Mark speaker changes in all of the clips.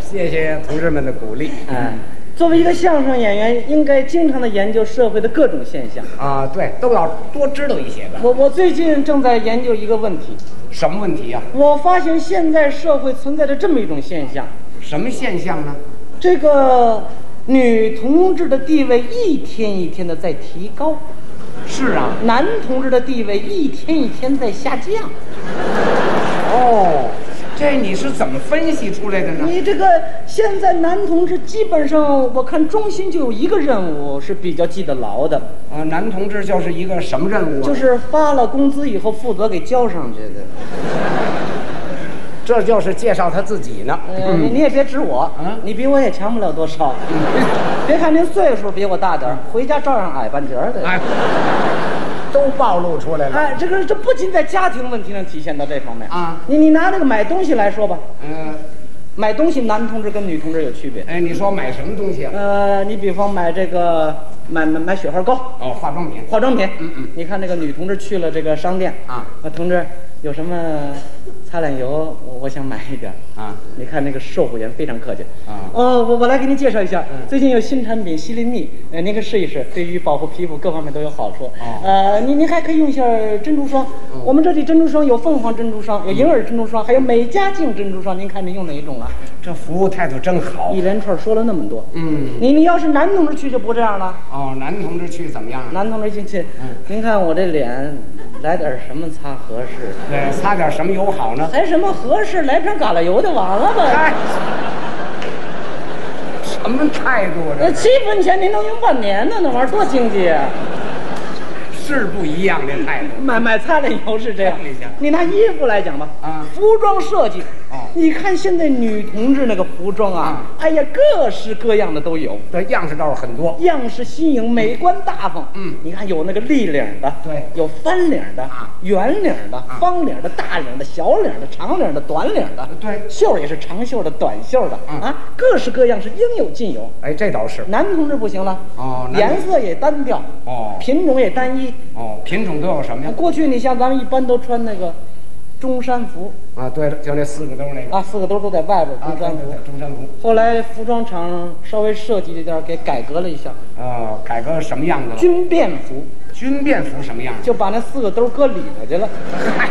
Speaker 1: 谢谢同志们的鼓励。嗯
Speaker 2: 作为一个相声演员，应该经常的研究社会的各种现象。
Speaker 1: 啊，对，都要多知道一些吧。
Speaker 2: 我我最近正在研究一个问题，
Speaker 1: 什么问题啊呀、
Speaker 2: 我发现现在社会存在着这么一种现象，
Speaker 1: 什么现象呢？
Speaker 2: 这个女同志的地位一天一天的在提高，
Speaker 1: 是啊，
Speaker 2: 男同志的地位一天一天在下降。
Speaker 1: 哦，这你是怎么分析出来的呢？
Speaker 2: 你这个现在男同志基本上，我看中心就有一个任务是比较记得牢的，
Speaker 1: 啊，男同志就是一个什么任务啊？
Speaker 2: 就是发了工资以后负责给交上去的。
Speaker 1: 这就是介绍他自己呢。
Speaker 2: 呃，你你也别指我，
Speaker 1: 嗯
Speaker 2: 你比我也强不了 多少。别看您岁数比我大点儿，回家照样矮半截儿的。
Speaker 1: 哎，都暴露出来了。
Speaker 2: 哎，这个这不仅在家庭问题上体现到这方面
Speaker 1: 啊
Speaker 2: 你你拿这个买东西来说吧，
Speaker 1: 嗯、
Speaker 2: 买东西男同志跟女同志有区别。
Speaker 1: 哎，你说买什么东西啊？
Speaker 2: 呃，你比方买这个买买买雪花膏、
Speaker 1: 哦，化妆品。
Speaker 2: 化妆品，
Speaker 1: 嗯嗯
Speaker 2: 你看那个女同志去了这个商店
Speaker 1: 啊，
Speaker 2: 啊，同志有什么擦脸油，我我想买一点儿。
Speaker 1: 啊，
Speaker 2: 你看那个售货员非常客气
Speaker 1: 啊嗯
Speaker 2: 哦，我我来给您介绍一下，最近有新产品西林蜜，呃，您可以试一试，对于保护皮肤各方面都有好处。
Speaker 1: 哦
Speaker 2: 呃，您您还可以用一下珍珠霜，我们这里珍珠霜有凤凰珍珠霜，有银耳珍珠霜，还有美加净珍珠霜，您看您用哪一种了？
Speaker 1: 这服务态度真好
Speaker 2: 一。连串说了那么多，
Speaker 1: 嗯，
Speaker 2: 你你要是男同志去就不这样了，
Speaker 1: 哦，男同志去怎么样啊？
Speaker 2: 男同志进去，您看我这脸来点儿什么擦合适？
Speaker 1: 对，擦点什么油好呢？
Speaker 2: 来什么合适？来瓶橄榄油就完了呗。
Speaker 1: 哎，什么态度啊
Speaker 2: 那
Speaker 1: 这
Speaker 2: 七分钱您能用半年呢，那玩意儿多经济啊！
Speaker 1: 是不一样的态度。
Speaker 2: 买买擦脸油是这样
Speaker 1: 看一下，
Speaker 2: 你拿衣服来讲吧，
Speaker 1: 啊
Speaker 2: 服装设计，
Speaker 1: 哦嗯
Speaker 2: 你看现在女同志那个服装啊，哎呀，各式各样的都有，
Speaker 1: 这样式倒是很多。
Speaker 2: 样式新颖，美观大方。
Speaker 1: 嗯
Speaker 2: 你看有那个立领的，
Speaker 1: 对
Speaker 2: 有翻领的，
Speaker 1: 啊
Speaker 2: 圆领的，方领的，大领的，小领的，长领的，短领的，
Speaker 1: 对
Speaker 2: 袖儿也是长袖的，短袖的，
Speaker 1: 嗯
Speaker 2: 啊，各式各样是应有尽有。
Speaker 1: 哎，这倒是。
Speaker 2: 男同志不行了，
Speaker 1: 哦男
Speaker 2: 颜色也单调，
Speaker 1: 哦
Speaker 2: 品种也单一，
Speaker 1: 哦，品种都有什么呀？
Speaker 2: 啊过去你像咱们一般都穿那个中山服
Speaker 1: 啊，对了，就那四个兜那个。
Speaker 2: 啊，四个兜都在外边儿
Speaker 1: 啊，
Speaker 2: 中
Speaker 1: 对
Speaker 2: 山服
Speaker 1: 对。对，中山服。
Speaker 2: 后来服装厂稍微设计了一点儿，给改革了一下，
Speaker 1: 哦，改革什么样子了？
Speaker 2: 军便服
Speaker 1: 军便服什么样？
Speaker 2: 就把那四个兜搁里头去了
Speaker 1: 嗨，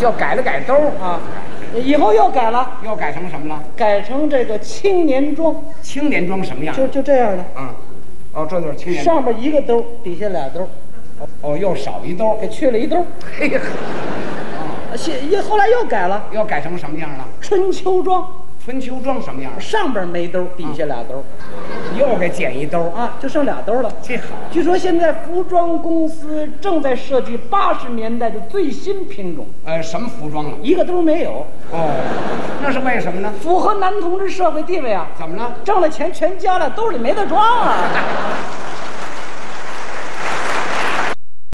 Speaker 1: 就改了改兜儿
Speaker 2: 啊。以后又改了，
Speaker 1: 又改成什么了？
Speaker 2: 改成这个青年装，
Speaker 1: 青年装什么样？
Speaker 2: 就就这样的，
Speaker 1: 啊，哦，这就是青年装。
Speaker 2: 上面一个兜，底下俩兜，
Speaker 1: 哦，又少一兜儿。
Speaker 2: 给去了一兜。啊
Speaker 1: 嘿呀，
Speaker 2: 现又后来又改了，
Speaker 1: 又改成什么样了？
Speaker 2: 春秋装，
Speaker 1: 春秋装什么样？
Speaker 2: 上边没兜，底下俩兜
Speaker 1: 又给剪一兜儿。
Speaker 2: 啊，就剩俩兜了。
Speaker 1: 这好。
Speaker 2: 据说现在服装公司正在设计八十年代的最新品种，
Speaker 1: 呃，什么服装啊？
Speaker 2: 一个都没有，
Speaker 1: 哦，那是为什么呢？
Speaker 2: 符合男同志社会地位啊！
Speaker 1: 怎么了？
Speaker 2: 挣了钱全交了，兜里没得装啊！